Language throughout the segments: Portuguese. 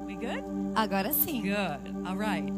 We good? Agora sim. Good. All right.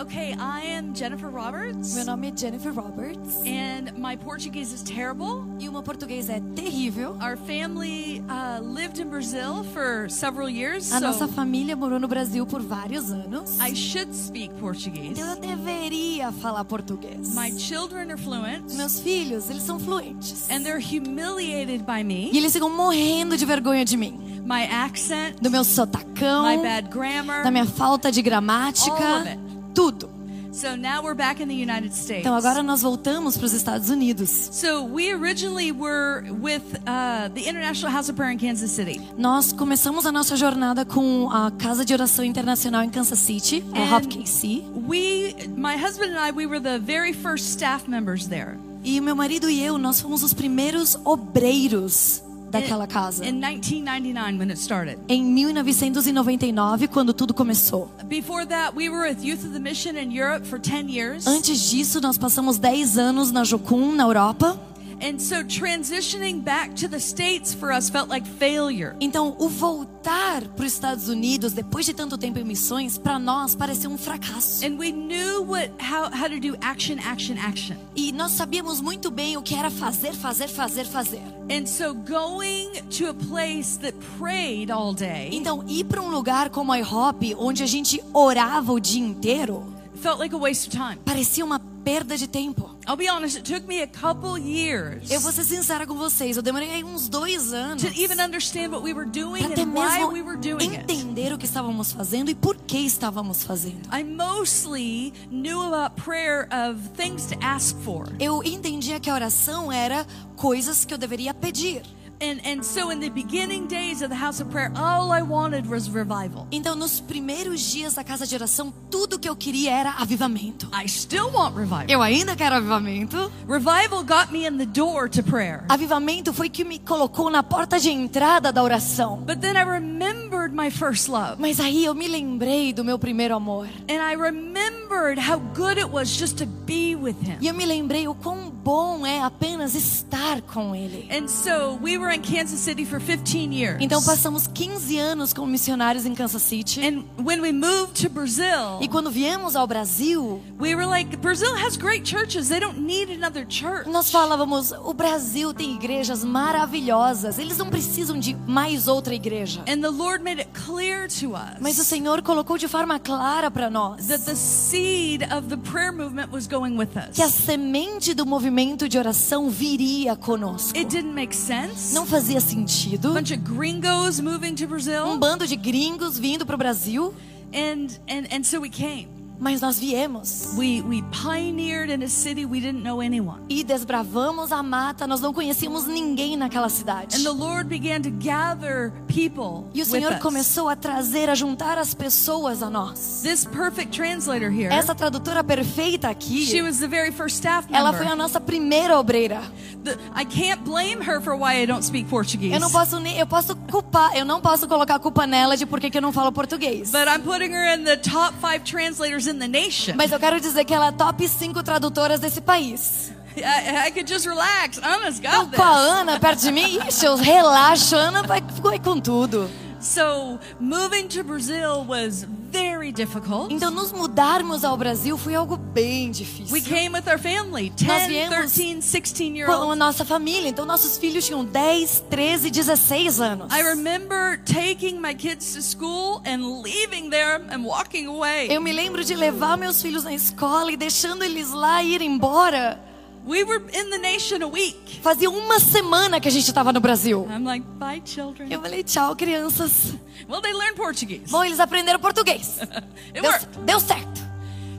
Okay, I am Jennifer Meu Roberts, nome é Jennifer Roberts and my Portuguese is terrible. e o meu português é terrível. Our family uh, lived in Brazil for several years, A nossa so família morou no Brasil por vários anos. I should speak Portuguese. Então eu deveria falar português. My children are fluent, Meus filhos, eles são fluentes. and they're humiliated by E me. eles ficam morrendo de vergonha de mim. My accent, Do meu sotacão, my bad da grammar. minha falta de All gramática. of it. Tudo. So now we're back in the United States. Então agora nós voltamos para os Estados Unidos. So we originally were with uh, the International House of Prayer in Kansas City. Nós começamos a nossa jornada com a Casa de Oração Internacional em Kansas City, a And Hop KC. We, my husband and I, we were the very first staff members there E meu marido e eu, nós fomos os primeiros obreiros É, daquela casa. in 1999 when it started. Em 1999, quando tudo começou. Before that, we were with Youth of the Mission in Europe for 10 years. Antes disso, nós passamos 10 anos na Jocum, na Europa. And so transitioning back to the States for us felt like failure. Então, o voltar para os Estados Unidos depois de tanto tempo em missões, para nós pareceu um fracasso. And we knew what how, how to do action, action, action. E nós sabíamos muito bem o que era fazer, fazer, fazer, fazer. And so going to a place that prayed all day Então, ir para um lugar como a IHOP, onde a gente orava o dia inteiro, felt like a waste of time. parecia uma perda de tempo. I'll be honest, it took me a couple years Eu vou ser sincera com vocês, eu demorei aí uns dois anos to even understand what we were doing para até and why we were mesmo doing it. entender o que estávamos fazendo e por que estávamos fazendo. I mostly knew about prayer of things to ask for. Eu entendia que a oração era coisas que eu deveria pedir. And and so in the beginning days of the house of prayer, all I wanted was revival. Então, nos primeiros dias da casa de oração, tudo que eu queria era avivamento. I still want revival. Eu ainda quero avivamento. Revival got me in the door to prayer. Avivamento foi que me colocou na porta de entrada da oração. But then I remembered my first love. Mas aí eu me lembrei do meu primeiro amor. And I remembered how good it was just to be with him. E eu me lembrei o quão bom é apenas estar com ele. And so we were in Kansas City for 15 years. Então passamos 15 anos como missionários em Kansas City. And when we moved to Brazil, E quando viemos ao Brasil, we were like, Brazil has great churches. They don't need another church. nós falávamos: o Brasil tem igrejas maravilhosas, eles não precisam de mais outra igreja. And the Lord made it clear to us Mas o Senhor colocou de forma clara para nós that the seed of the prayer movement was going with us. que a semente do movimento de oração viria conosco. It didn't make sense. Não fazia sentido A bunch of gringos moving to um Brazil. bando de gringos vindo para o Brasil, And, and, and so we came. mas nós viemos We, we pioneered in a city we didn't know anyone. e desbravamos a mata, nós não conhecíamos ninguém naquela cidade. And the Lord began to gather people E with o Senhor us. começou a trazer, a juntar as pessoas a nós. This perfect translator here, Essa tradutora perfeita she aqui, was the very first staff ela member. foi a nossa primeira obreira. The- I can't blame her for why I don't speak Portuguese. Eu não posso nem, eu posso culpar, eu não posso colocar a culpa nela de por que que eu não falo português. But I'm putting her in the top five translators in the nation. Mas eu quero dizer que ela é top 5 tradutoras desse país. I, I could just relax. Anna's Então, got com a this. Ana perto de mim, ixi, eu relaxo, a Ana vai, vai com tudo. So moving to Brazil was very difficult. Então, nos mudarmos ao Brasil foi algo bem We difícil. came with our family, 10, viemos 13, 16 year Com a olds. nossa família, então nossos filhos tinham 10, 13, 16 anos. I remember taking my kids to school and leaving them and walking away. Eu me lembro de levar meus filhos na escola e deixando eles lá e ir embora. We were in the nation a week. Fazia uma semana que a gente estava no Brasil. I'm like, bye, children. Eu falei, tchau, crianças. Well, they learned Portuguese. Bom, eles aprenderam português. It Deu, worked. deu certo.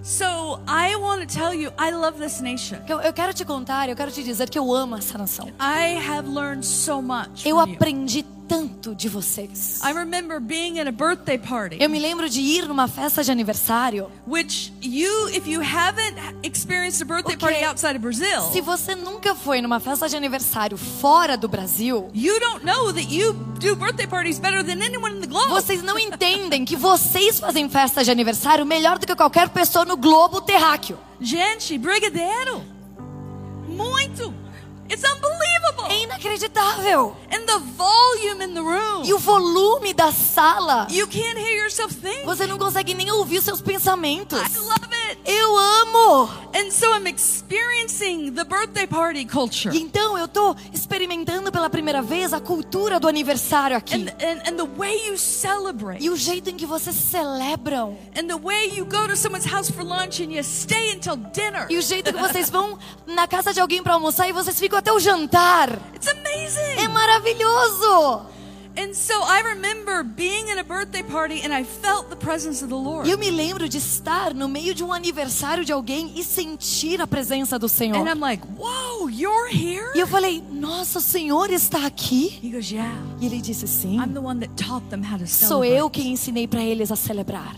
So I want to tell you, I love this nation. Eu, eu quero te contar, eu quero te dizer que eu amo essa nação. I have learned so much. Eu from you. aprendi tanto de vocês. I remember being at a birthday party, Eu me lembro de ir numa festa de aniversário. which you, if you haven't experienced a birthday Okay. party outside of Brazil, Se você nunca foi numa festa de aniversário fora do Brasil, you don't know that you do birthday parties better than anyone in the globe. vocês não entendem que vocês fazem festa de aniversário melhor do que qualquer pessoa no globo terráqueo. Gente, brigadeiro. Muito. It's unbelievable. É unbelievable. inacreditável. And the volume in the room. E o volume da sala. You can't hear yourself think. Você não consegue nem ouvir os seus pensamentos. I love it. Eu amo. And so I'm experiencing the birthday party culture. E então eu tô experimentando pela primeira vez a cultura do aniversário aqui. And, and, and the way you celebrate. E o jeito em que vocês celebram. and the way you go to someone's house for lunch and you stay until dinner. E o jeito que vocês vão na casa de alguém pra almoçar e vocês ficam até o jantar. It's amazing. É maravilhoso. And so I remember being in a birthday party and I felt the presence of the Lord. E eu me lembro de estar no meio de um aniversário de alguém e sentir a presença do and Senhor. I'm like, whoa, you're here? E eu falei, nossa, o Senhor está aqui? He goes, yeah. E ele disse, sim. I'm the one that taught them how to Sou celebrate. eu quem ensinei pra eles a celebrar.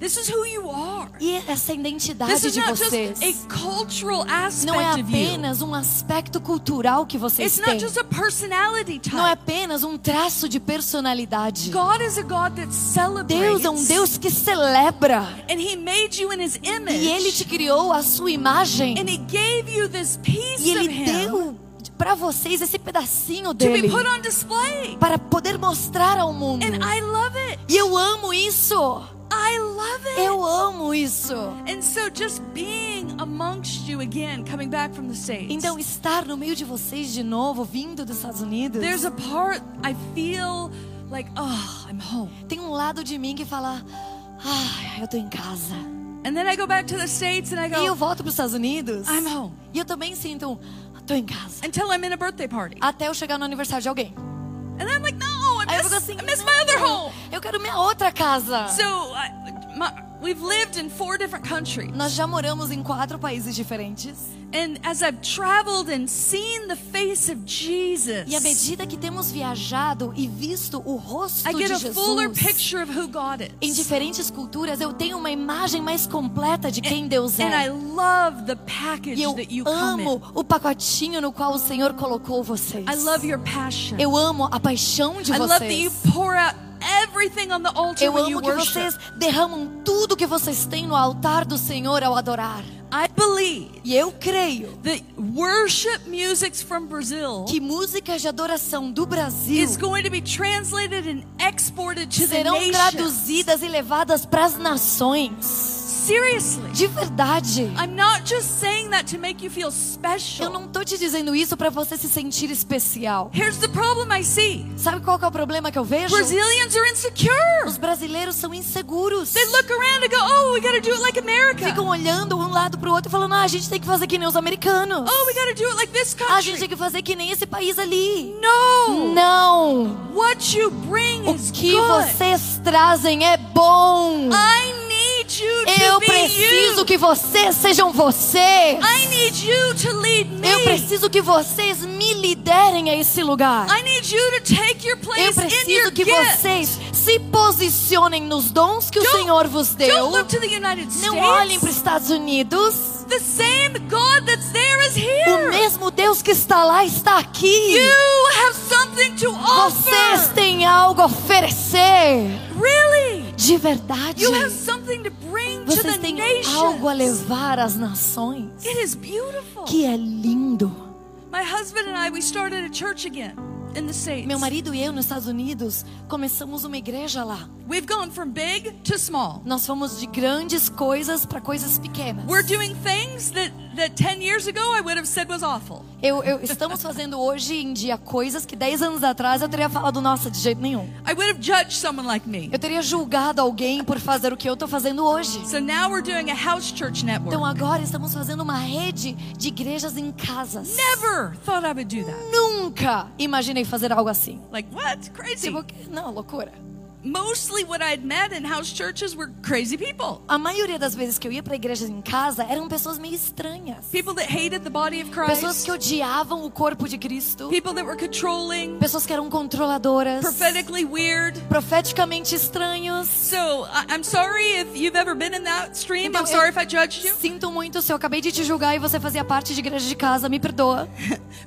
This is who you are. E essa This identidade is de not just vocês a cultural aspect não é of you. apenas um aspecto cultural que vocês It's not têm. just a personality type. Não é apenas um traço de personalidade. God is a God that celebrates. Deus é um Deus que celebra. And He made you in His image. E Ele te criou a sua imagem. And He gave you this piece E Ele of Him deu pra vocês esse pedacinho to be dele put on display. para poder mostrar ao mundo. And I love it. E eu amo isso. I love it. Eu amo isso. And so just being amongst you again, coming back from the States. Então estar no meio de vocês de novo, vindo dos Estados Unidos, there's a part I feel like, oh, I'm home. tem um lado de mim que fala: "Ah, eu tô em casa". And then I go back to the States and I E go eu volto para os Estados Unidos. I'm home. E eu também sinto um, "Ah, tô em casa. until I'm in a birthday party. Até eu chegar no aniversário de alguém. And I'm like, no, Uh, I Aí miss, eu fico assim, I miss my other "Não, home. Eu quero minha outra casa. So I, my, we've lived in four different countries. Nós já moramos em quatro países diferentes. And as I've traveled and seen the face of Jesus, E à medida que temos viajado e visto o rosto I de get a fuller Jesus picture of who God em is. diferentes culturas, eu tenho uma imagem mais completa de quem Deus And I é. love the package E eu that you come in. amo o pacotinho no qual o Senhor colocou vocês. I love your passion. Eu amo a paixão de I love that you vocês. pour out everything on the altar Eu when you amo que worship. vocês derramam tudo que vocês têm no altar do Senhor ao adorar. I believe E eu creio that worship musics from Brazil que músicas de adoração do Brasil is going to be translated and exported to the serão nations. traduzidas e levadas para as nações. Seriously. De verdade. I'm not just saying that to make you feel Eu special. não tô te dizendo isso para você se sentir especial. Here's the problem I see. Sabe qual que é o problema que eu vejo? Brazilians are insecure. Os brasileiros são inseguros. They look around and go, "Oh, we got to do it like America. Ficam olhando um lado pro outro e falando: "Ah, a gente tem que fazer que nem os americanos. Oh, we got to do it like this Ah, a gente country." tem que fazer que nem esse país ali." No. Não. What you bring is O que good. Ah, vocês trazem é bom. I need you to Eu be preciso you. que vocês sejam vocês. I need you to lead me. Eu preciso que vocês me liderem a esse lugar. I need you to take your Eu place in your preciso que gift. vocês se posicionem nos dons que o Don't- Senhor vos deu. Don't look to the United States. Não olhem para os Estados Unidos. The same God that's there is O here. mesmo Deus que está lá está aqui. You have something to Vocês offer. têm algo a oferecer. Really? De verdade. You have something to bring to Vocês the têm nations. algo a levar às nações. It is beautiful. Que é lindo. My husband and I, we started a church again in the States. Meu marido e eu, nos Estados Unidos, começamos uma igreja lá. We've gone from big to small. Nós fomos de grandes coisas para coisas pequenas. We're doing things that, that 10 years ago I would have said was awful. Eu, eu- estamos fazendo hoje em dia coisas que 10 anos atrás eu teria falado, nossa, de jeito nenhum. I would have judged someone like me. Eu teria julgado alguém por fazer o que eu tô fazendo hoje. So now we're doing a house church network. Então agora estamos fazendo uma rede de igrejas em casas. Never thought I would do that. Nunca imaginei fazer algo assim. Like, what? Crazy. Tipo, que- não, loucura. Mostly what I'd met in house churches were crazy people. A maioria das vezes que eu ia para igrejas em casa eram pessoas meio estranhas. People that hated the body of Pessoas Christ. que odiavam o corpo de Cristo. People that were controlling, Pessoas que eram controladoras. prophetically weird. Profeticamente estranhos. So I- I'm sorry if you've ever been in that stream. Então, I'm sorry eu- if I judged you. Sinto muito se eu acabei de te julgar e você fazia parte de igreja de casa, me perdoa.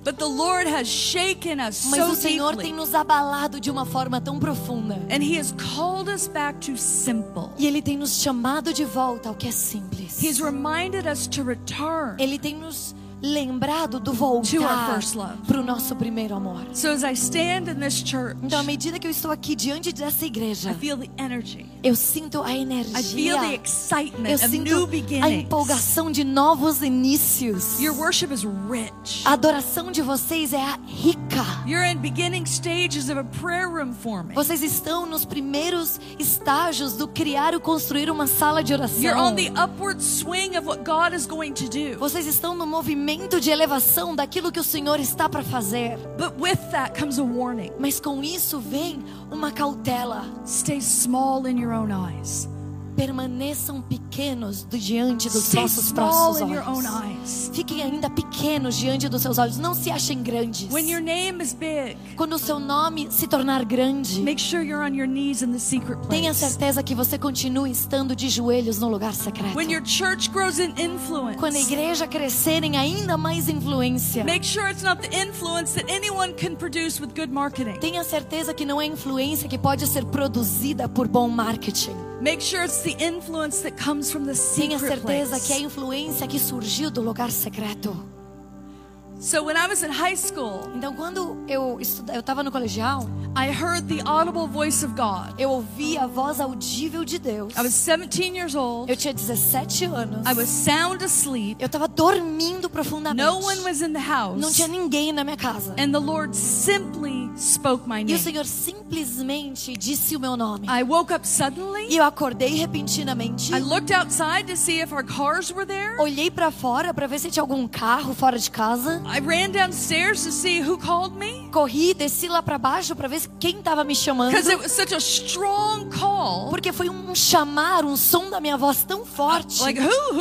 But the Lord has shaken us Mas so o Senhor deeply. tem nos abalado de uma forma tão profunda. And He has called us back to simple. E Ele tem nos chamado de volta ao que é simples. He's reminded us to return. Ele tem nos lembrado do To our voltar first love. para o nosso primeiro amor. So as I stand in this church, Então, à medida que eu estou aqui diante dessa I igreja, feel the energy. eu sinto a I feel the energia, eu excitement of new sinto a beginnings. empolgação de novos inícios. Your worship is rich. A adoração de vocês é a rica. You're in beginning stages of a prayer room forming. Vocês estão nos primeiros estágios do criar e construir uma sala de You're oração. on the upward swing of what God is going to do. Vocês estão no movimento de elevação daquilo que o Senhor está para fazer. But with that comes a warning. Mas com isso vem uma cautela. Stay small in your own eyes. Permaneçam pequenos do- diante dos Stay vossos small próprios in your own olhos. eyes. Fiquem ainda pequenos diante dos seus olhos. Não se achem grandes. When your name is big, Quando o seu nome se tornar grande, make sure you're on your knees in the secret tenha place. certeza que você continue estando de joelhos no lugar secreto. When your church grows in Quando a influence, igreja crescer em ainda mais influência, make sure it's not the influence that anyone can produce with good marketing. tenha certeza que não é influência que pode ser produzida por bom marketing. Make sure it's the influence that comes from the Tenha secret certeza que é a place. influência que surgiu do lugar secreto. So when I was in high school, Então, quando eu estudava, eu estava no colegial, I heard the audible voice of God. eu ouvi a voz audível de Deus. I was 17 years old. Eu tinha 17 anos. I was sound asleep. Eu estava dormindo profundamente. No one was in the Não house. tinha ninguém na minha casa. And the Lord simply spoke my E o name. Senhor simplesmente disse o meu nome. I woke up suddenly. E eu acordei repentinamente. I looked outside to see if our cars were there. Olhei pra fora pra ver se tinha algum carro fora de casa. I ran downstairs to see who called me Corri, desci lá pra baixo pra ver se quem tava me chamando. because it was such a strong call. Porque foi um chamar, um som da minha voz tão forte. Like, who, who,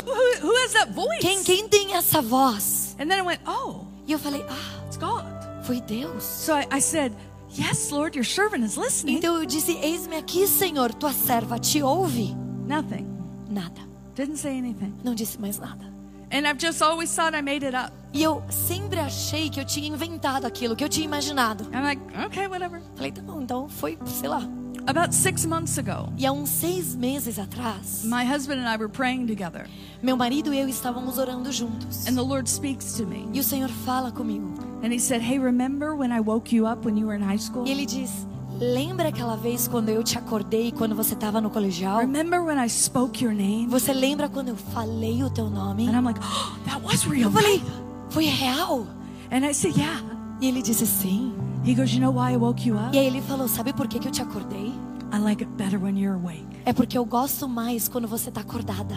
who, who has that Quem, voice? quem tem essa voz? And then I went, oh, E eu falei, ah, it's God. foi Deus. So I, I said, yes, Lord, your servant is listening. Então eu disse, eis-me aqui, Senhor, tua serva te ouve. Nothing. Nada. Didn't say anything. Não disse mais nada. And I've just always thought I made it up. E eu sempre achei que eu tinha inventado aquilo, que eu tinha imaginado. I'm like, okay, whatever. Falei, tá bom, então foi, sei lá. About six months ago, E há uns seis meses atrás, my husband and I were praying together, meu marido e eu estávamos orando juntos. and the Lord speaks to me. E o Senhor fala comigo. And he said, Hey, remember when I woke you up when you were in high school? E ele diz: Lembra aquela vez quando eu te acordei quando você estava no colegial? Remember when I spoke your name? Você lembra quando eu falei o teu nome? And I'm like, oh, That was real. Eu falei: Foi real? And I said, Yeah. E ele disse: Sim. He goes, You know why I woke you up? E aí ele falou: Sabe por que, que eu te acordei? I like it better when you're awake. É porque eu gosto mais quando você tá acordada.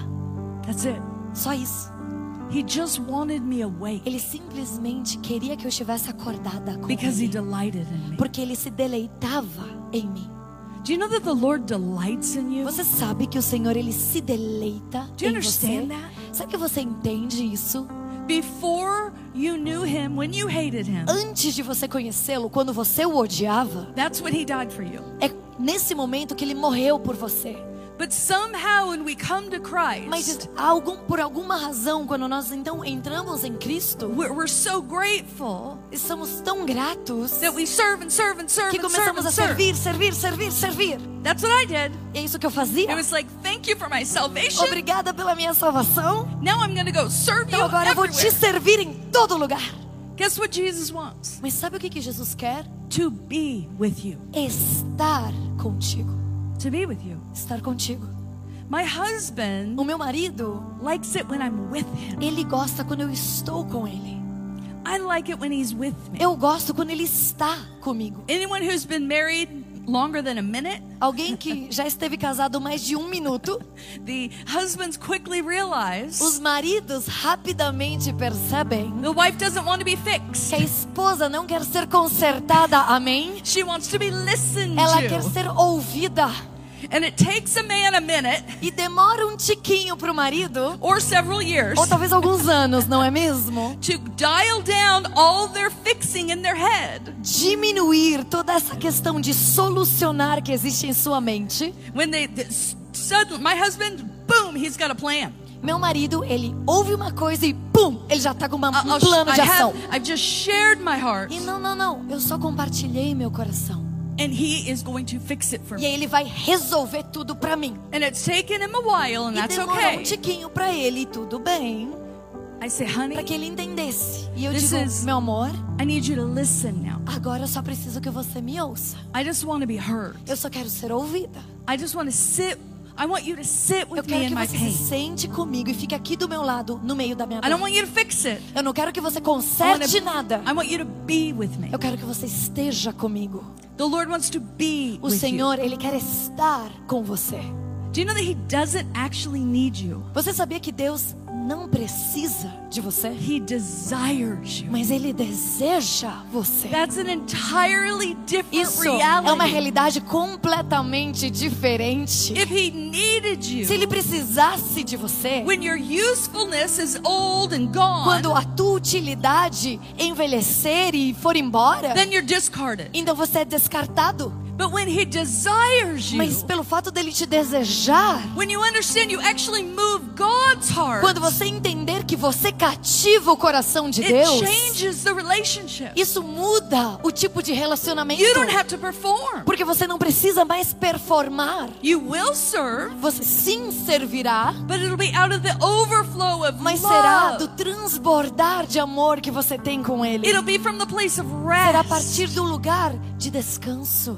That's it. Só isso. He just wanted me awake Ele simplesmente queria que eu estivesse acordada com because he ele, delighted in me. porque ele se deleitava em mim. Do you know that the Lord delights in you? Você sabe que o Senhor ele se deleita Do you em você? understand that? Sabe que você entende isso? Before you knew him, when you hated him, Antes de você conhecê-lo, quando você o odiava, that's when he died for you. é nesse momento que ele morreu por você. But somehow when we come to Mas Christ, há algum, por alguma razão, quando nós então entramos em Cristo, we're, we're so grateful estamos tão gratos that we serve and serve and serve que and serve começamos and a serve. servir, servir, servir, servir. That's what I did. E é isso que eu It fazia. was like, thank you for my salvation. Obrigada pela minha salvação. Now I'm going to go serve you Então agora eu vou te everywhere. servir em todo lugar. Guess what Jesus wants? Mas sabe o que, que Jesus quer? To be with you. Estar contigo. To be with you. Estar contigo. My husband O meu marido, likes it when I'm with him. ele gosta quando eu estou com ele. I like it when he's with me. Eu gosto quando ele está comigo. Anyone who's been married longer than a minute, Alguém que já esteve casado mais de um minuto, the husbands quickly os realize maridos rapidamente percebem the wife doesn't want to be que fixed. a esposa não quer ser consertada, amém? She wants to be listened Ela quer to. ser ouvida. And it takes a man a minute E demora um tiquinho pro marido, or several years ou talvez alguns anos, não é mesmo? to dial down all their fixing in their head Diminuir toda essa questão de solucionar que existe em sua mente. when they th- s- suddenly my husband boom he's got a plan Meu marido, ele ouve uma coisa e pum, ele já tá com uma- I'll- um I'll sh- plano de I ação. have, I've just shared my heart E não, não, não, eu só compartilhei meu coração. and he is going to fix it for E me aí ele vai resolver tudo pra mim. and it's taken him a while and E that's demora um okay tiquinho pra ele, e tudo bem. I say, para que honey, ele entendesse. E eu This digo, is- meu amor, I need you to listen now. agora eu só preciso que você me ouça. I just want to be heard. Eu só quero ser ouvida. I just want to sit. I want you to sit Eu with me quero in que my você pain. se sente comigo e fique aqui do meu lado, no meio da minha I don't dor. want you to fix it. Eu não quero que você I want, conserte to, nada. I want you to be with me. Eu quero que você esteja comigo. The Lord wants to be O with Senhor, Ele quer estar com você. you. Do you know that He doesn't actually need you? Você sabia que Deus não precisa de você? He desires you. Mas Ele deseja você. That's an entirely different Isso reality. é uma realidade completamente diferente. If He needed you, Se Ele precisasse de você, when your usefulness is old and gone, quando a tua utilidade envelhecer e for embora, then you're discarded. então você é descartado. But when He desires you, Mas pelo fato dele te desejar, when you understand you actually move God's heart, quando você entender que você cativa o coração de Deus, It changes the relationship. isso muda o tipo de relacionamento. You don't have to perform. Porque você não precisa mais performar. You will serve, Você sim servirá, but it'll be out of the overflow of mas será do love. transbordar de amor que você tem com Ele. It'll be from the place of Será a rest. partir do lugar de descanso.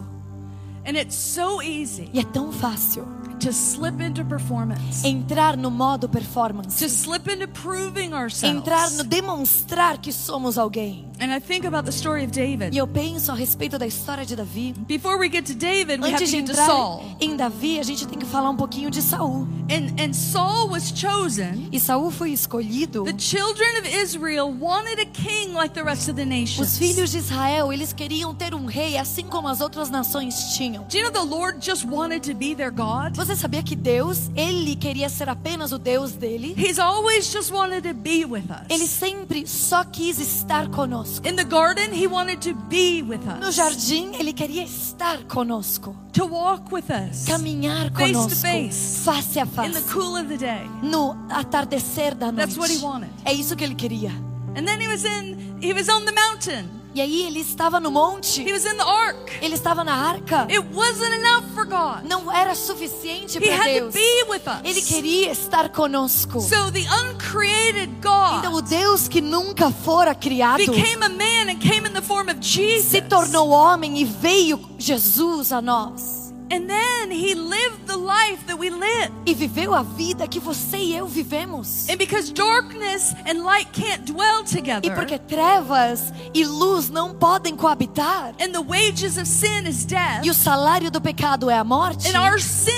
And it's so easy E é tão fácil to slip into performance, entrar no modo performance, to slip into proving entrar no ourselves. demonstrar que somos alguém. And I think about the story of E David. eu penso a respeito da história de Davi. Before we get to David, we have to Antes de get to entrar Saul. em Davi, a gente tem que falar um pouquinho de Saul. And, and Saul was chosen. E Saul foi escolhido. The children of Israel wanted a king like the rest of the Os nations. filhos de Israel, eles queriam ter um rei assim como as outras nações tinham. Do you know the Lord just wanted to be their God? Você sabia que Deus, ele queria ser apenas o Deus dele? He's always just wanted to be with us. Ele sempre só quis estar conosco. In the garden, he wanted to be with No us, jardim, ele queria estar conosco, to walk with us caminhar Face to conosco, face. face a in the face, cool of the day. no atardecer da That's noite. what he wanted. É isso que ele queria. And then he was in, he was on the mountain. E aí ele estava no He monte, was in the ark. ele estava na arca. It wasn't enough for God. Não era suficiente He para had to Deus. be with us. Ele queria estar conosco. So the uncreated Então God o Deus que nunca fora criado became a man and came in the form of Jesus. se tornou homem e veio Jesus a nós And then he lived the life that we live. e viveu a vida que você e eu vivemos. And because darkness and light can't dwell E together, porque trevas e luz não podem coabitar and the wages of sin is death, e o salário do pecado é a morte, and our sin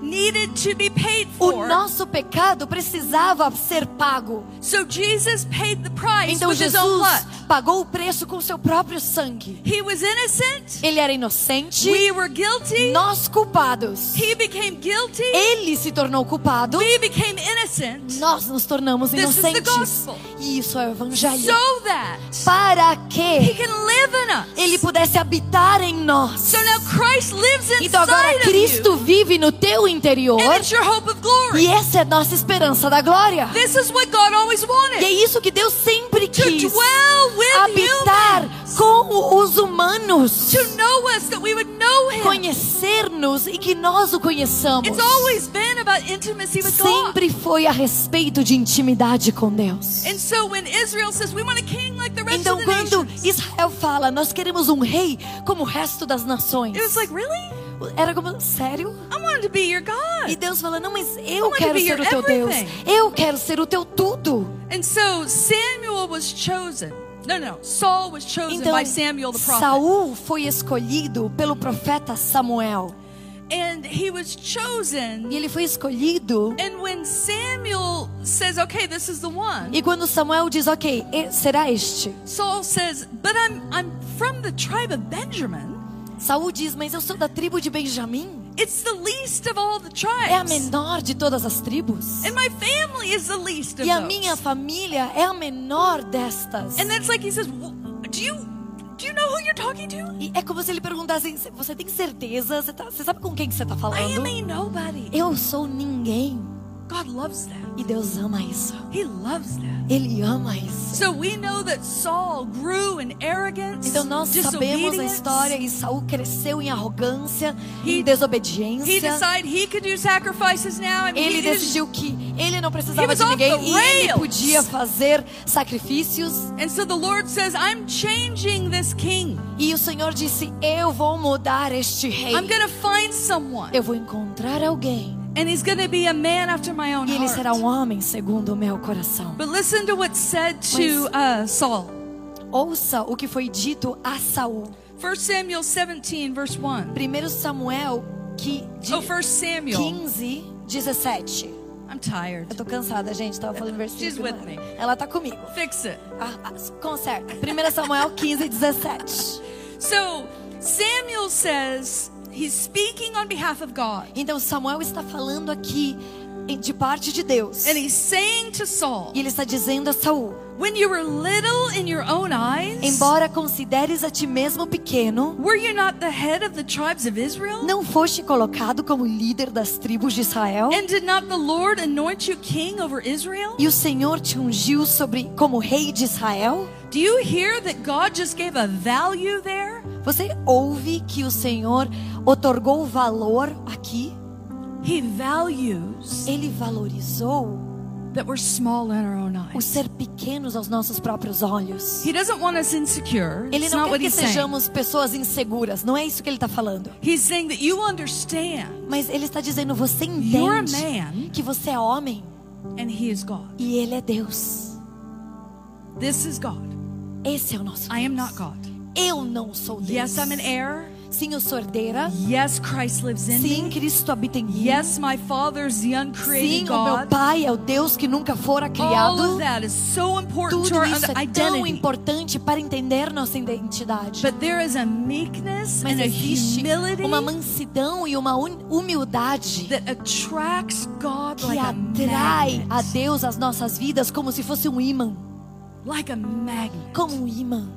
needed to be paid o for. nosso pecado precisava ser pago. So Jesus paid the price Então with his own Jesus blood. pagou o preço com seu próprio sangue. He was innocent. Ele era inocente, We were guilty. nós culpados. He became guilty. Ele se tornou culpado. We became innocent. Nós nos tornamos This is the inocentes. gospel. E isso é o evangelho. So that Para he que can live in us. ele pudesse habitar em nós. So now Christ lives Então agora inside of you. Cristo vive no teu interior. And it's your hope of E glory. essa é a nossa esperança da glória. This is what God always E é wanted. isso que Deus sempre To quis. dwell with Habitar humans. com os humanos. To know us, that we would know him. Conhecer-nos e que nós o conheçamos. It's always been about intimacy with God. Sempre foi a respeito de intimidade com Deus. And so when Israel says, we want a king like the rest Então, of the quando nations, Israel fala, nós queremos um rei como o resto das nações, it was like, really? era como, sério? I wanted to be your God. E Deus fala, não, mas eu want to quero be ser your o teu Deus, everything. eu quero ser o teu tudo. And so Samuel was chosen. No, no, no. Saul was chosen Então, by Samuel the prophet. Saul foi escolhido pelo profeta Samuel, And he was chosen. e ele foi escolhido. And when Samuel says, okay, this is the one, E quando Samuel diz, ok, e- será este? Saul says, but I'm, I'm from the tribe of Benjamin. Saul diz, mas eu sou da tribo de Benjamim, It's the least of all the é a tribes. menor de todas as tribos, And my family is the least of e a those. minha família é a menor destas. And that's like he says, "W- do you, do you know who you're talking to? E é como se ele perguntasse: "Cê- Você tem certeza? Você, tá- você sabe com quem que você está I am falando? a nobody. Eu sou ninguém. God loves that. E Deus ama isso. He loves that. Ele ama isso. So we know that Saul grew in arrogance, Então nós sabemos a disobedience. história e Saul cresceu em arrogância, em He- desobediência. He decided he could do sacrifices now. I mean, Ele he didn't- decidiu que Ele não He precisava was de off ninguém the e ele rails. podia fazer sacrifícios. And so the Lord says, I'm changing this king. E o Senhor disse: Eu vou mudar este rei. I'm going to find someone. Eu vou encontrar alguém. And he's going to be a man after my own E ele será um heart. homem segundo o meu coração. But listen to what's said to uh, Saul. Ouça o que foi dito a Saul. 1 Samuel 17, verse 1. 1 Samuel que de Oh, 1 Samuel. 15, 17. I'm tired. Eu tô cansada, gente. Tava falando versículo. She's with né? me. Ela tá comigo. Fix it. Ah, ah, conserta. 1 Samuel 15, 17. So Samuel says he's speaking on behalf of God. Então Samuel está falando aqui de parte de Deus. And he's saying to Saul, E ele está dizendo a Saul: When you were little in your own eyes, Embora consideres a ti mesmo pequeno, were you not the head of the tribes of Israel? não foste colocado como líder das tribos de Israel? And did not the Lord anoint you king over Israel? E o Senhor te ungiu sobre como rei de Israel? Do you hear that God just gave a value there? Você ouve que o Senhor otorgou valor aqui? He values Ele valorizou that we're small in our own o eyes. ser pequenos aos nossos próprios olhos. He doesn't want us insecure. Ele It's não not quer what que he's saying. sejamos pessoas inseguras, não é isso que ele está falando. He's saying that you understand Mas ele está dizendo: você you're a entende man que você é homem and he is God. e ele é Deus. This is God. Esse é o nosso. I am Deus. not God. Eu não sou Deus. Yes, I'm an heir. Sim, eu sou herdeira. Yes, Christ lives in Sim, me. Cristo habita em mim. Yes, my Father's the Sim, uncreated o meu God. Pai é o Deus que nunca fora All criado. of that is so important to Tudo our isso é tão identity. importante para entender nossa identidade. But there is a meekness Mas and a existe humility uma mansidão e uma un- humildade that attracts God que like a atrai a magnet. Deus as nossas vidas como se fosse um imã, Like a magnet. como um imã.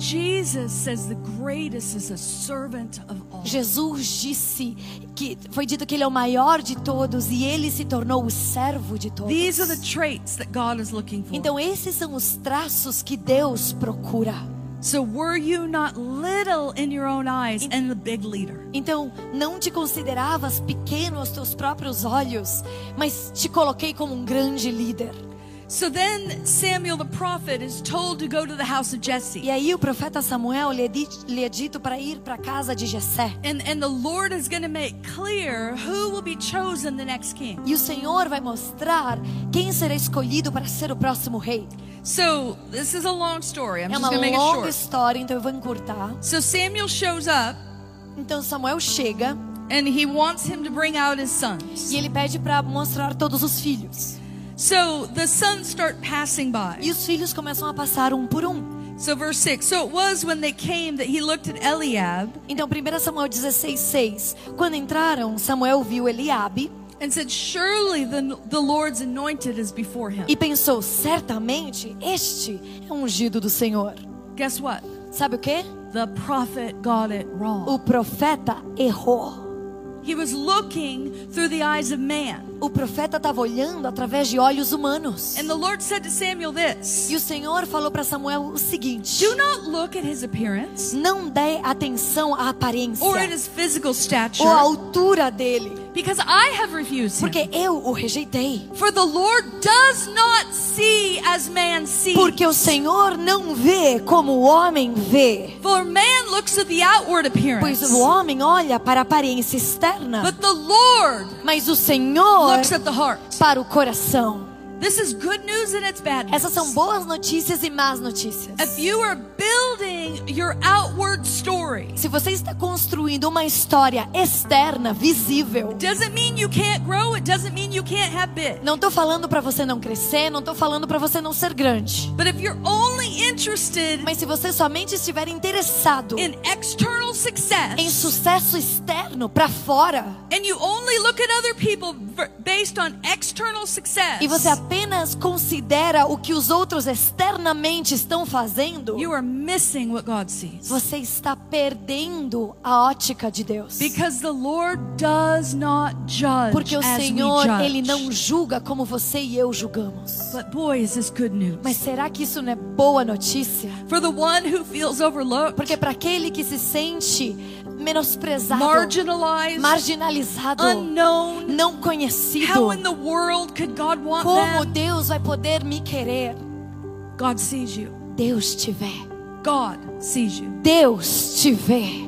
Jesus says the greatest is a servant of all. Jesus disse que foi dito que ele é o maior de todos e ele se tornou o servo de todos. These are the traits that God is looking for. Então esses são os traços que Deus procura. So were you not little in your own eyes and the big leader? Então não te consideravas pequeno aos teus próprios olhos, mas te coloquei como um grande líder. So then Samuel the prophet is told to go to the house of E Jesse. aí o profeta Samuel lhe, é dit- lhe é dito para ir para a casa de Jessé. And, and the Lord is going to make clear who will be chosen the next king. E o Senhor vai mostrar quem será escolhido para ser o próximo rei. So this is a long story. I'm É just uma going to make it longa short. história, então eu vou encurtar. So Samuel shows up Então Samuel chega and he wants him to bring out his sons. e ele pede para mostrar todos os filhos. So the sons start passing E by. os filhos começam a passar um por um. So verse 6. So it was when they came that he looked at Eliab Então 1 Samuel 16, 6. Quando entraram, Samuel viu Eliabe and said, Surely the, the Lord's anointed is before him. e pensou, certamente este é ungido do Senhor. Guess what? Sabe o que? The prophet got it wrong. O profeta errou. He was looking through the eyes of man. O profeta estava olhando através de olhos humanos. And the Lord said to Samuel E this o Senhor falou para Samuel o seguinte: Do not look at his appearance Não dê atenção à aparência or at his physical ou à stature, altura dele, because I have refused him. porque eu o rejeitei. For the Lord does not see as man sees. Porque o Senhor não vê como o homem vê, For man looks at the outward pois appearance, o homem olha para a aparência externa, but the Lord mas o Senhor looks at the heart. para o coração. This is good news and it's bad Essas são news. boas notícias e más notícias. If you are building your outward story, Se você está construindo uma história externa, visível, doesn't mean you can't grow, it doesn't mean you can't have big. Não tô falando pra você não crescer, não tô falando pra você não ser grande. But if you're only interested Mas se você somente estiver interessado in external em success sucesso externo pra fora and you only look at other people ver- based on external success, e você apenas considera o que os outros externamente estão fazendo, you are missing what God sees. você está perdendo a ótica de Deus. Because the Lord does not judge Porque o as we Senhor, judge. ele não julga como você e eu julgamos. But boy, is this good news. Mas será que isso não é boa notícia? For the one who feels overlooked, Porque para aquele que se sente menosprezado, marginalized, marginalizado, unknown. não conhecido. How in the world could God want Como them? Deus vai poder me querer? God sees you. Deus te vê. God sees you. Deus te vê.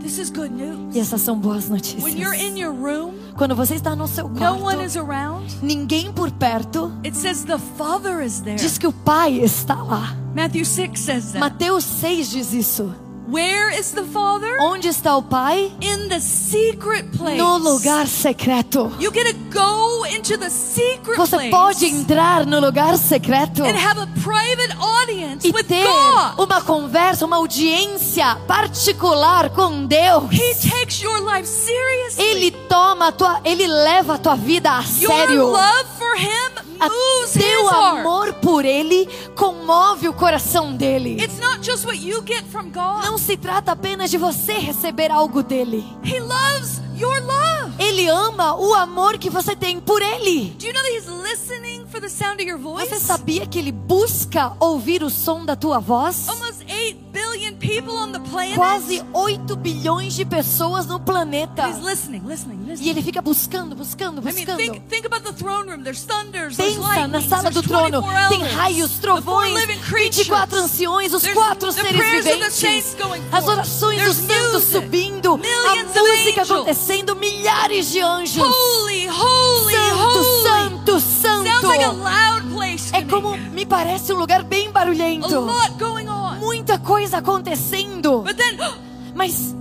This is good news. E essas são boas When you're in notícias. your room, Quando você está no seu no one quarto, is around. ninguém por perto It says the Father is there. diz que o Pai está lá. Matthew 6 says that. Mateus 6 diz isso. Where is the Father? Onde está o Pai? In the secret place. Oh. No lugar secreto. You get to go into the secret Você place pode entrar no lugar secreto and have a private audience e with ter God. uma conversa, uma audiência particular com Deus. He takes your life seriously. Ele toma a tua, ele leva a tua vida a your sério. love for Him A moves teu His heart. amor por ele comove o coração dele. It's not just what you get from God. Não se trata apenas de você receber algo dele. He loves your love. Ele ama o amor que você tem por ele. Do you know that He's listening for the sound of your voice? Você sabia que ele busca ouvir o som da tua voz? Almost 8 billion people on the planet. Quase 8 bilhões de pessoas no planeta. He's listening, listening, E listening. ele fica buscando, buscando, I mean, buscando. think, think about the throne room. There's thunders, there's Pensa na lightnings, sala do there's trono. 24 elders, Tem raios, the four trovões, e living creatures. 24 anciões, os There's quatro the seres prayers of the saints viventes, going forth. as orações dos There's santos music, subindo, a millions of música angels. acontecendo, milhares de anjos. Holy, holy, holy. Santo, santo, Sounds like a santo. loud place to É como me. me parece um lugar bem a barulhento. lot going on. Muita coisa acontecendo. Oh, But then, Mas,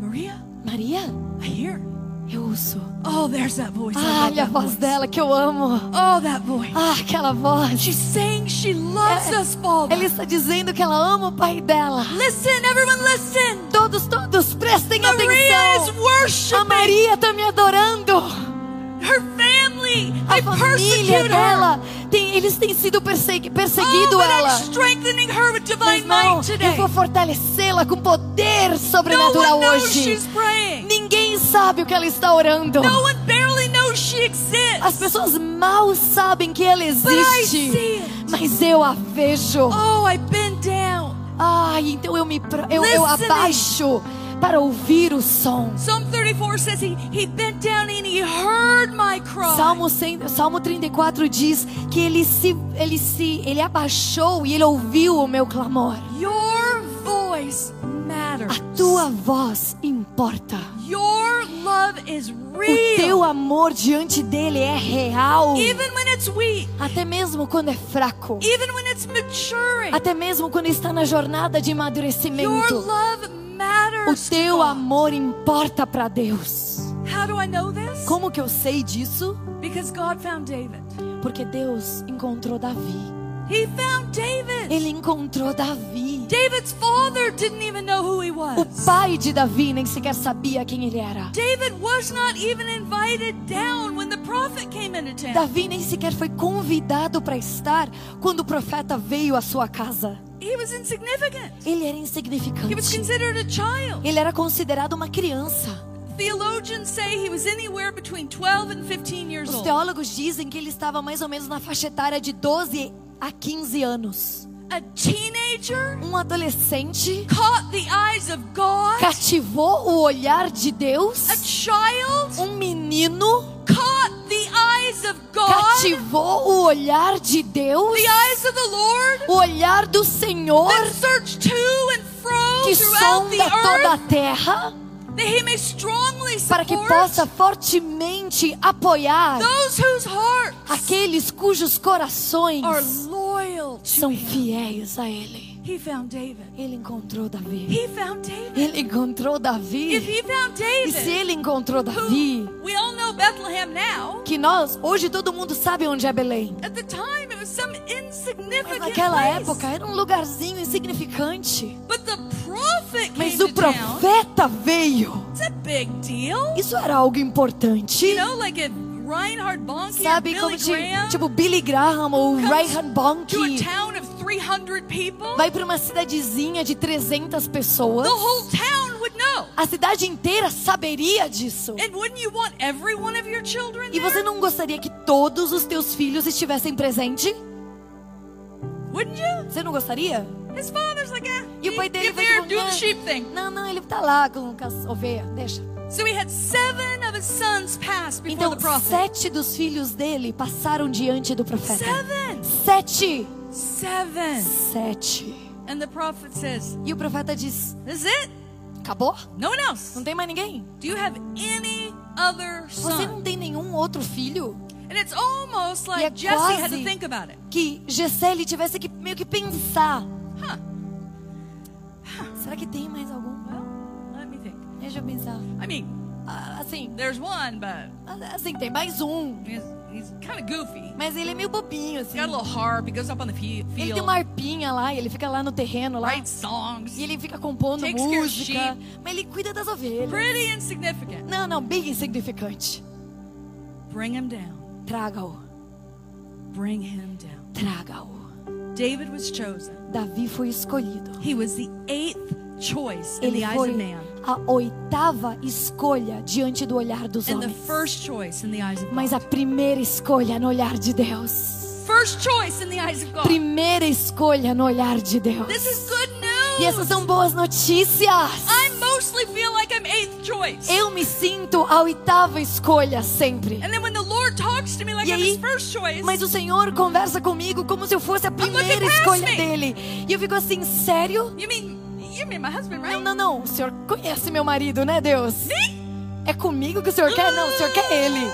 Maria, Maria, I hear. eu ouço. Oh, there's that voice. I Ah, love olha a that voz voice. dela que eu amo. Oh, that voice. Ah, aquela voz. She's saying she loves É- us, Father. Ela está dizendo que ela ama o pai dela. Listen, everyone, listen. Todos, todos, prestem Maria is atenção. A worshiping Maria está me adorando. her family. A They família persecute her. dela. Tem, eles têm sido persegui- Oh, perseguido but ela. I'm strengthening her with Mas divine não, might eu today. vou fortalecê-la com poder No sobrenatural one knows hoje. she's praying. Ninguém sabe o que ela está orando. No one barely knows she exists. As pessoas mal sabem que ela I existe. see it. Mas eu a vejo. Oh, I bend down. Ai, então eu me pro- eu, eu Listening. abaixo para ouvir o som. Psalm 34 says he, he bent down and he heard my cry. Salmo, 100, Salmo 34 diz que ele se, ele se ele abaixou e ele ouviu o meu clamor. Your voice matters. A tua voz importa. Your love is real. O teu amor diante dele é real. Even when it's weak, Até mesmo quando é fraco. even when it's maturing, Até mesmo quando está na jornada de your amadurecimento. love O matters. to teu God. amor importa para Deus. How do I know this? Como que eu sei disso? Because God found David. Porque Deus encontrou Davi. He found David. Ele encontrou Davi. David's father didn't even know who he O was. pai de Davi nem sequer sabia quem ele era. David was not even invited down when the prophet came into town. Davi nem sequer foi convidado para estar quando o profeta veio à sua casa. He was insignificant. Ele era He was insignificante. considered a child. Ele era considerado uma criança. Theologians say he was anywhere between 12 and 15 years Os old. teólogos dizem que ele estava mais ou menos na faixa etária de 12 a 15 anos. A teenager Um adolescente caught the eyes of God. cativou o olhar de A Deus. child Um menino caught the eyes of God. cativou o olhar de Deus. The eyes of the Lord O olhar do Senhor that search to and fro que throughout sonda toda the a earth terra. that he may strongly para support que possa fortemente apoiar those whose hearts aqueles cujos are corações loyal to são him. fiéis a Ele. He found David. Ele encontrou Davi. He found David. Ele encontrou If Davi. he found E se David, ele encontrou Davi, who we all know Bethlehem now, que nós, hoje todo mundo sabe onde é Belém. at the time it was some Mas insignificant naquela época place. era um lugarzinho insignificante. But the prophet came Mas to o town. profeta veio. It's a big deal. Isso era algo importante. You know, like if Reinhard Bonnke or Sabe Billy como ti- Graham tipo Billy Graham ou comes Ryan to a Bonnke town of 300 people, vai para uma cidadezinha de 300 the pessoas. whole town would know. A cidade inteira saberia disso. And wouldn't you want every one of your children E there? você não gostaria que todos os teus filhos estivessem presentes? Wouldn't you? Você não gostaria? It His father's like, eh, E o pai dele give vai here, tipo, do the sheep "Não, thing. não, não, ele tá lá com as ovelhas, deixa. So he had seven of his sons pass before Então, the prophet. sete dos filhos dele passaram diante do profeta. Seven. Sete! Seven. Sete. And the prophet says, E o profeta diz: This is it. Acabou? No one else. Não tem mais ninguém? Do you have any other Você não son? tem nenhum outro filho? And it's almost like é Jesse had to quase- think about it. Que Gessele tivesse que meio que pensar: Huh. será que tem mais algum? Ah, Well, let me think. Deixa eu pensar. I mean, Ah, assim, there's one, but assim, tem mais um. he's, he's kind of goofy. Mas ele é meio bobinho, assim. He's got a little harp. He goes up on the fe- Ele tem field, uma arpinha lá, e ele fica lá no terreno lá. writes songs. E ele fica compondo Takes care of música. Mas ele cuida das ovelhas. Pretty insignificant. Não, não, bem insignificante. Bring him down. Traga-o, Bring him down. traga-o. David was chosen. Davi foi escolhido. He was the eighth choice in Ele the eyes foi of man, a oitava escolha diante do olhar dos and the homens. first choice in the eyes of Mas a God. primeira escolha no olhar de Deus. First choice in the eyes of God. Primeira escolha no olhar de Deus. This is good E news. essas são boas notícias. I mostly feel like I'm eighth choice. Eu me sinto a oitava escolha sempre. And then when the Lord talks to me like E I'm aí- his first choice, Mas o Senhor conversa comigo como se eu fosse a primeira past escolha me. dele. E eu fico assim, sério? you mean you mean my husband, right? Não, não, não. O senhor conhece meu marido, né, Deus? Me? É comigo que o senhor quer? Não, o senhor quer ele.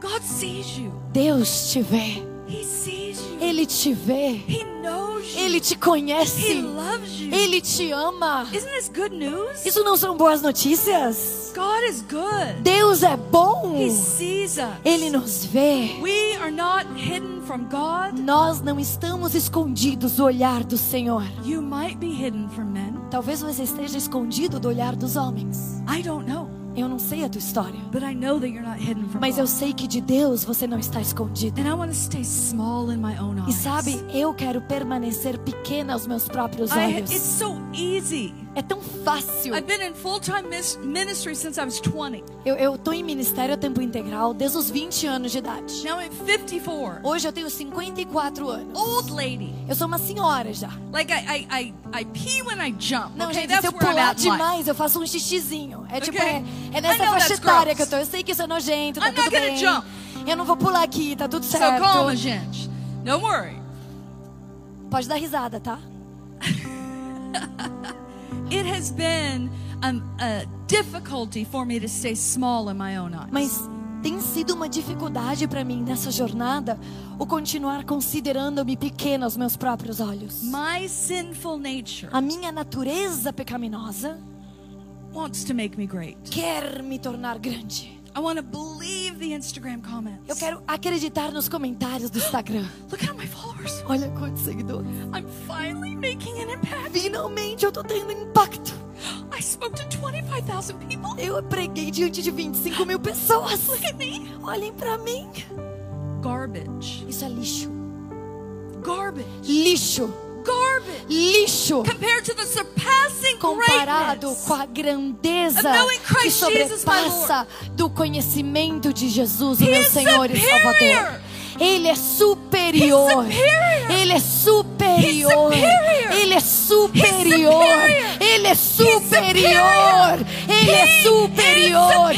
God sees you. Deus te vê. He sees you. Ele te vê. He knows you. Ele te he conhece. loves you. Ele te ama. Isn't this good news? Isso não são boas notícias? God is good. Deus é bom. He sees us. Ele nos vê. We are not hidden from God. Nós não estamos escondidos do olhar do Senhor. You might be hidden from men. Talvez você esteja escondido do olhar dos homens. I don't know. Eu não sei a tua história, But I know that you're not hidden from mas eu God. sei que de Deus você não está escondido. And I want to stay small in my own E eyes. sabe, eu quero permanecer pequena aos meus próprios I, it's olhos. so easy. É tão fácil. I've been in full-time mis- ministry since I was 20. Eu, eu tô em ministério a tempo integral desde os 20 anos de idade. Now I'm 54. Hoje eu tenho 54 anos. Old lady. Eu sou uma senhora já. Like I, I, I, I pee when I jump. Não, okay, gente, se that's eu where I'm pular at. in life. demais, eu faço um xixizinho. É tipo, Okay. é, é I nessa know faixa that's etária gross. que eu tô. Eu sei que isso é nojento, tá I'm tudo not gonna bem. jump. Eu não vou pular aqui, tá tudo So certo. calma, gente. Don't worry. Pode dar risada, tá? It has been um, a difficulty for me to stay small in my own eyes. Mas tem sido uma dificuldade pra mim nessa jornada o continuar considerando-me pequena aos meus próprios olhos. my sinful nature A minha natureza pecaminosa wants to make me great. quer me tornar grande. I want to believe the Instagram Eu comments. quero acreditar nos comentários do Instagram. Look at my followers. Olha quantos seguidores. I'm finally making an impact. Finalmente eu tô tendo impacto. I spoke to 25,000 people. Eu preguei diante de 25 mil pessoas. Olhem pra mim. Garbage. Isso é lixo. Garbage. Lixo. Garbage. Lixo. compared to the surpassing Comparado greatness com a grandeza Of knowing Christ que Jesus, my Lord. sobrepassa do conhecimento de Jesus, o He meu is Senhor e superior. Salvador. Ele é superior. He's superior. Ele é superior. superior. Ele é superior. superior. Ele é superior. superior.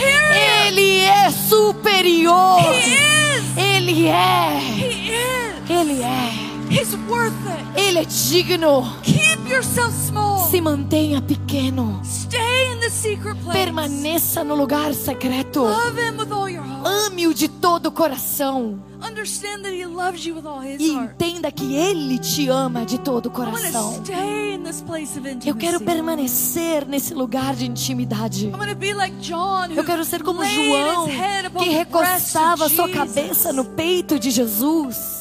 Ele é He is superior. superior. Ele é superior. He is. Ele é. He is. Ele é. He's worth it. Ele é digno. Keep yourself small. Se mantenha pequeno. Stay in the secret place. Permaneça no lugar secreto. Love him with all your heart. Ame-o de todo o coração. Understand that he loves you with all his E heart. entenda que Ele te ama de todo o I want coração. to stay in this place of intimacy. Eu quero permanecer nesse lugar de intimidade. I want to be like John who Eu quero ser como laid João, his head upon que the breast of recostava sua Jesus. cabeça no peito de Jesus.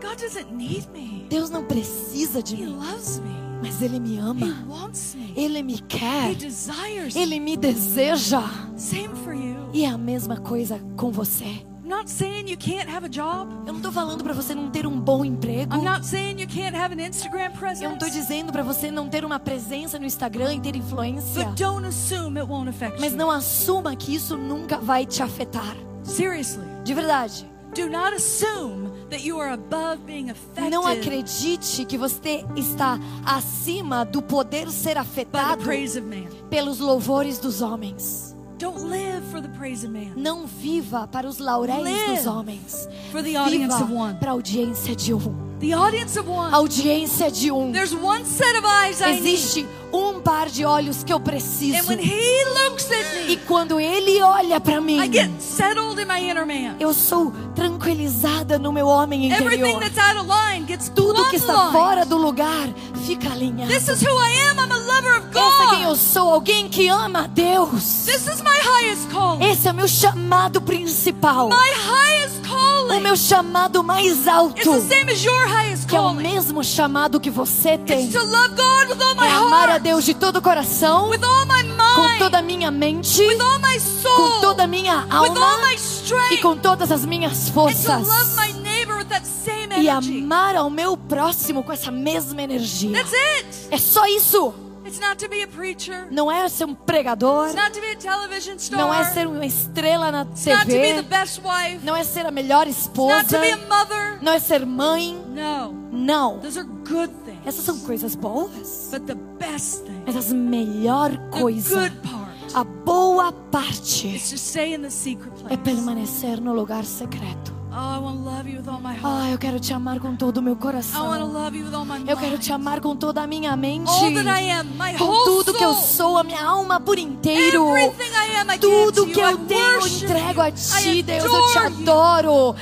God doesn't need me. Deus não precisa de He mim, loves me. mas Ele me He ama. wants me. Ele me He quer. desires me. Ele me deseja. Same for you. E é a mesma coisa com você. I'm not saying you can't have a job. Eu não tô falando pra você não ter um bom emprego. I'm not saying you can't have an Instagram Eu não tô presence. dizendo pra você não ter uma presença no Instagram e ter influência. But don't assume it won't affect Mas you. não assuma que isso nunca vai te afetar. Seriously, De verdade. Do not assume that you are above being Não affected acredite que você está acima do poder ser by afetado the praise of man. pelos louvores dos homens. Don't live for the praise of man. Não viva para os lauréis Live dos homens. for the audience of Viva one. para a audiência de um. The audience of one. A audiência de um. There's one set of eyes I need. Existe um par de olhos que eu And preciso. when he looks at E me, quando ele olha para mim, I get settled in my inner man. eu sou tranquilizada no meu homem Everything interior. that's out of line gets Tudo que está plumb-lined. fora do lugar fica alinhado. This is who I am. I'm a lover of Essa é quem eu God. sou, alguém que ama a Deus. This is my highest calling. Esse é o meu chamado principal. My highest O calling. meu chamado mais It's alto. the same as your highest Que é o calling. mesmo chamado que você tem. It's to love God with all my É amar a heart, Deus de todo o coração, with all my com toda mind, a minha mente, with all my com soul, toda a minha with all alma my e strength. com todas as minhas And to forças. love my neighbor with that same E energy. amar ao meu próximo com essa mesma energia. That's it. É só isso. It's not to be a preacher. Não é ser um pregador, It's not to be a television star. não é ser uma estrela na It's not to be the TV, best wife. não é ser a melhor Not esposa, to be a mother. não é ser mãe. No. Não. Those are good things. Essas são coisas boas. But the best thing, Mas a melhor the coisa, good part, a boa parte is to stay in the secret é place. permanecer no lugar secreto. Oh, I want to love you with all my heart. Ah, eu quero te amar com todo o meu I want to coração. love you with all my mind. Eu quero te amar com toda a minha mente. All that I am, my Com whole tudo que eu soul. sou, a minha alma por inteiro. Everything I am, I give to Tudo you. que I eu tenho, eu worship entrego a you. I ti, Deus. Eu te adore you. adoro.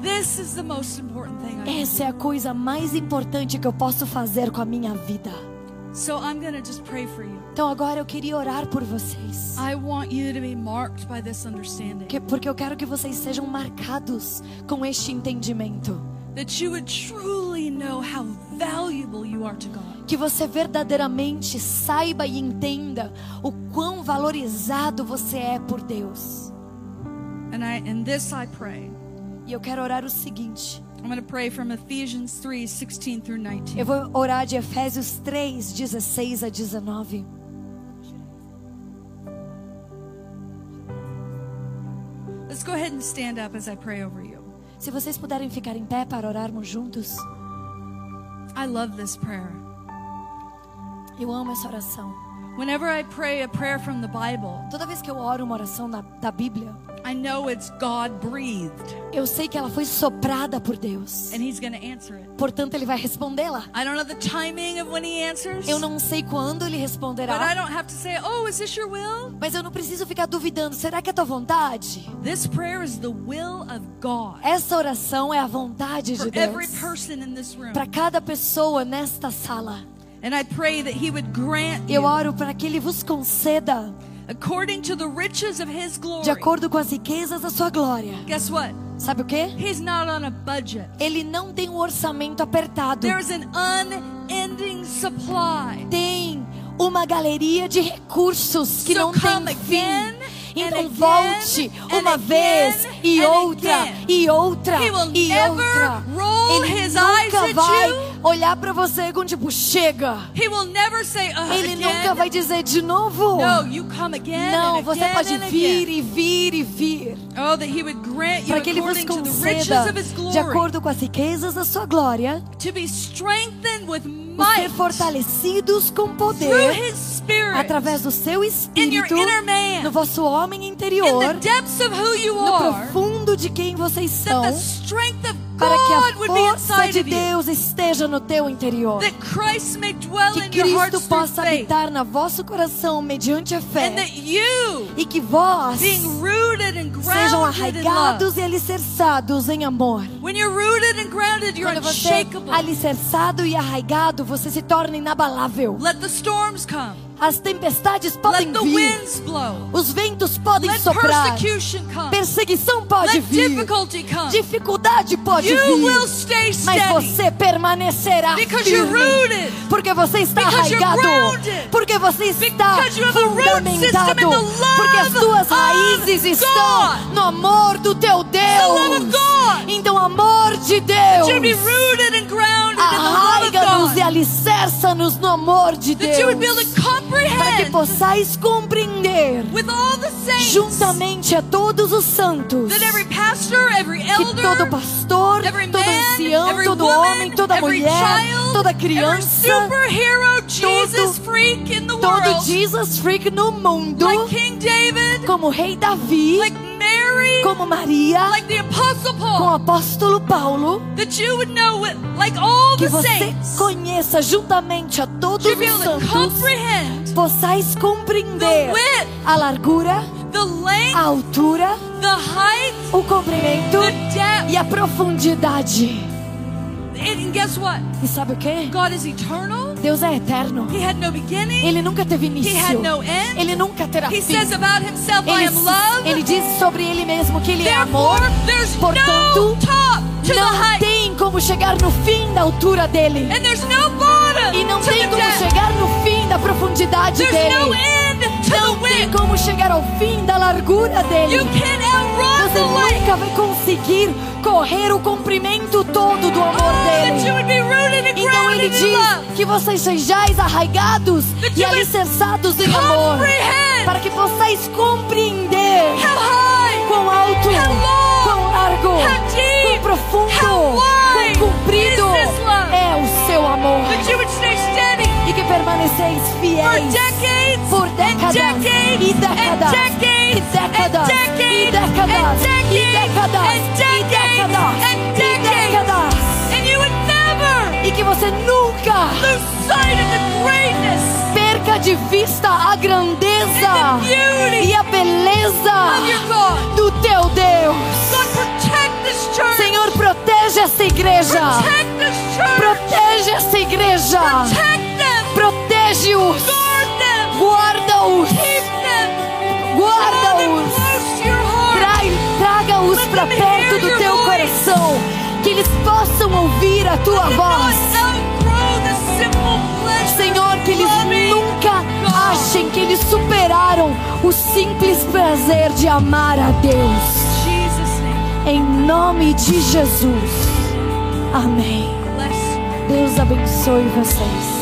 This is the most important thing I can Essa é a coisa mais importante que eu posso fazer com a minha vida. do. So I'm going to just pray for you. Então agora eu queria orar por vocês. I want you to be marked by this understanding. Que- Porque eu quero que vocês sejam marcados com este entendimento. That you would truly know how valuable you are to God. Que você verdadeiramente saiba e entenda o quão valorizado você é por Deus. And I in this I pray. E eu quero orar o seguinte: I'm going to pray from Ephesians 3, 16 through 19. eu vou orar de Efésios 3, 16 a 19. Let's go ahead and stand up as I pray over you. Se vocês puderem ficar em pé para orarmos juntos, I love this prayer. eu amo essa oração. Whenever I pray a prayer from the Bible, Toda vez que eu oro uma oração da, da Bíblia, I know it's God breathed eu sei que ela foi soprada por Deus. and He's going to answer it. Portanto, Ele vai respondê-la. I don't know the timing of when He answers, Eu não sei quando Ele but I responderá, don't have to say, Oh, is this your will? mas eu não preciso ficar duvidando. Será que é a tua vontade? This prayer is the will of God Essa oração é a vontade for de every Deus person in this room. para cada pessoa nesta sala. And I pray that He would grant Eu you, oro para que Ele vos conceda, according to the riches of His de glory. acordo com as riquezas da sua glória. Guess what? Sabe o quê? He's not on a budget. Ele não tem um orçamento apertado. There's an unending supply. Tem uma galeria de recursos que So não come tem again fim. Então and volte again uma and vez again e and outra again. e outra He will e never outra. roll Ele his eyes nunca at vai you. olhar para você com tipo chega. He will never say, "Ugh, Ele again." nunca vai dizer de novo. No, you come again. Não, and você again pode and vir again. e vir e vir. Oh, that he would grant you Para que ele vos according to the conceda, riches of his glory de acordo com as riquezas da sua glória, to be strengthened with os ser might fortalecidos com through poder his spirit através do seu in your espírito, inner man, no vosso homem É. in the interior, depths of who you no are, profundo de quem vocês that são, the strength of para que God a would be força inside de of you, Deus esteja no teu interior, that Christ may dwell que in your Cristo hearts through possa faith, habitar na vosso coração mediante a and fé, that you e que vós being rooted and sejam grounded in love. arraigados e alicerçados em amor. When you're rooted and grounded, you're Quando você unshakable. é alicerçado e arraigado, você se torna inabalável. Let the storms come. As tempestades podem Let the vir, winds blow. os ventos podem Let soprar, persecution come. perseguição pode Let vir, difficulty come. dificuldade pode pode You vir, will stay mas steady você permanecerá Because you're firme, rooted. porque você está Because you're arraigado, grounded. porque você está Because you have a root system fundamentado, in the love porque as tuas of raízes estão God. no amor do teu love Deus. of God. Então, amor de to be Deus, rooted and grounded in the love of arraiga-nos e God. alicerça-nos no amor de That you would be able Deus, to para que comprehend possais compreender with all the saints juntamente a todos os santos that every pastor, every que todo elder, pastor, every todo man, ancião, every todo woman, homem, toda every mulher, child, toda every criança, superhero, Jesus freak in the todo world, Jesus freak no mundo, like King David, como rei Davi, like Mary, como Maria, like the Apostle com o Paul, apóstolo Paulo, that you would know, what, like all que the você saints, conheça juntamente a todos to be os able to santos, comprehend possais compreender the width, a largura, the length, a altura, the height, o comprimento the depth. e a profundidade. And guess what? E sabe o que? God is eternal. Deus é eterno. He had no beginning. Ele nunca teve início. He had no end. Ele nunca terá He fim. says about himself, I Ele, am love. ele diz sobre ele mesmo que ele é amor. Therefore, there's no Portanto, top to the Não height. tem como chegar no fim da altura dele. And there's no bottom E não to tem the como depth. chegar no fim da profundidade There's no dele. end to the Tem width. como chegar ao fim da largura You dele. can't outrun Você the light. nunca vai conseguir correr o comprimento todo do Oh, amor that you dele. would be rooted and Então ele grounded in love. diz que vocês sejais arraigados That e you may alicerçados em amor. Comprehend Para que possais compreender how high, quão alto, How long? quão largo, how quão deep, profundo, How wide quão comprido is this love? é o seu amor. that you would stay steady E que permaneceis for fiéis decades por décadas and decades e décadas and decades e and decades décadas e décadas and e decades décadas and e decades décadas and e décadas. And you would never E que você nunca lose sight of the greatness perca de vista a grandeza and the beauty e a of your beleza God. do teu Deus. God, protect this church. Senhor, protege essa igreja. Protect this church. Protege essa igreja. Protect them. Protege-os. Guard them. Guarda-os. Keep them. Draw them Guarda-os. close to your heart. Trai, traga-os para perto do teu coração. Que eles possam ouvir a tua Let them voz. not outgrow the simple pleasure Senhor, que eles of loving nunca God. achem que eles superaram o simples prazer de amar a Deus. Jesus' name. Em nome de Jesus. Amém. Bless you. Deus abençoe vocês.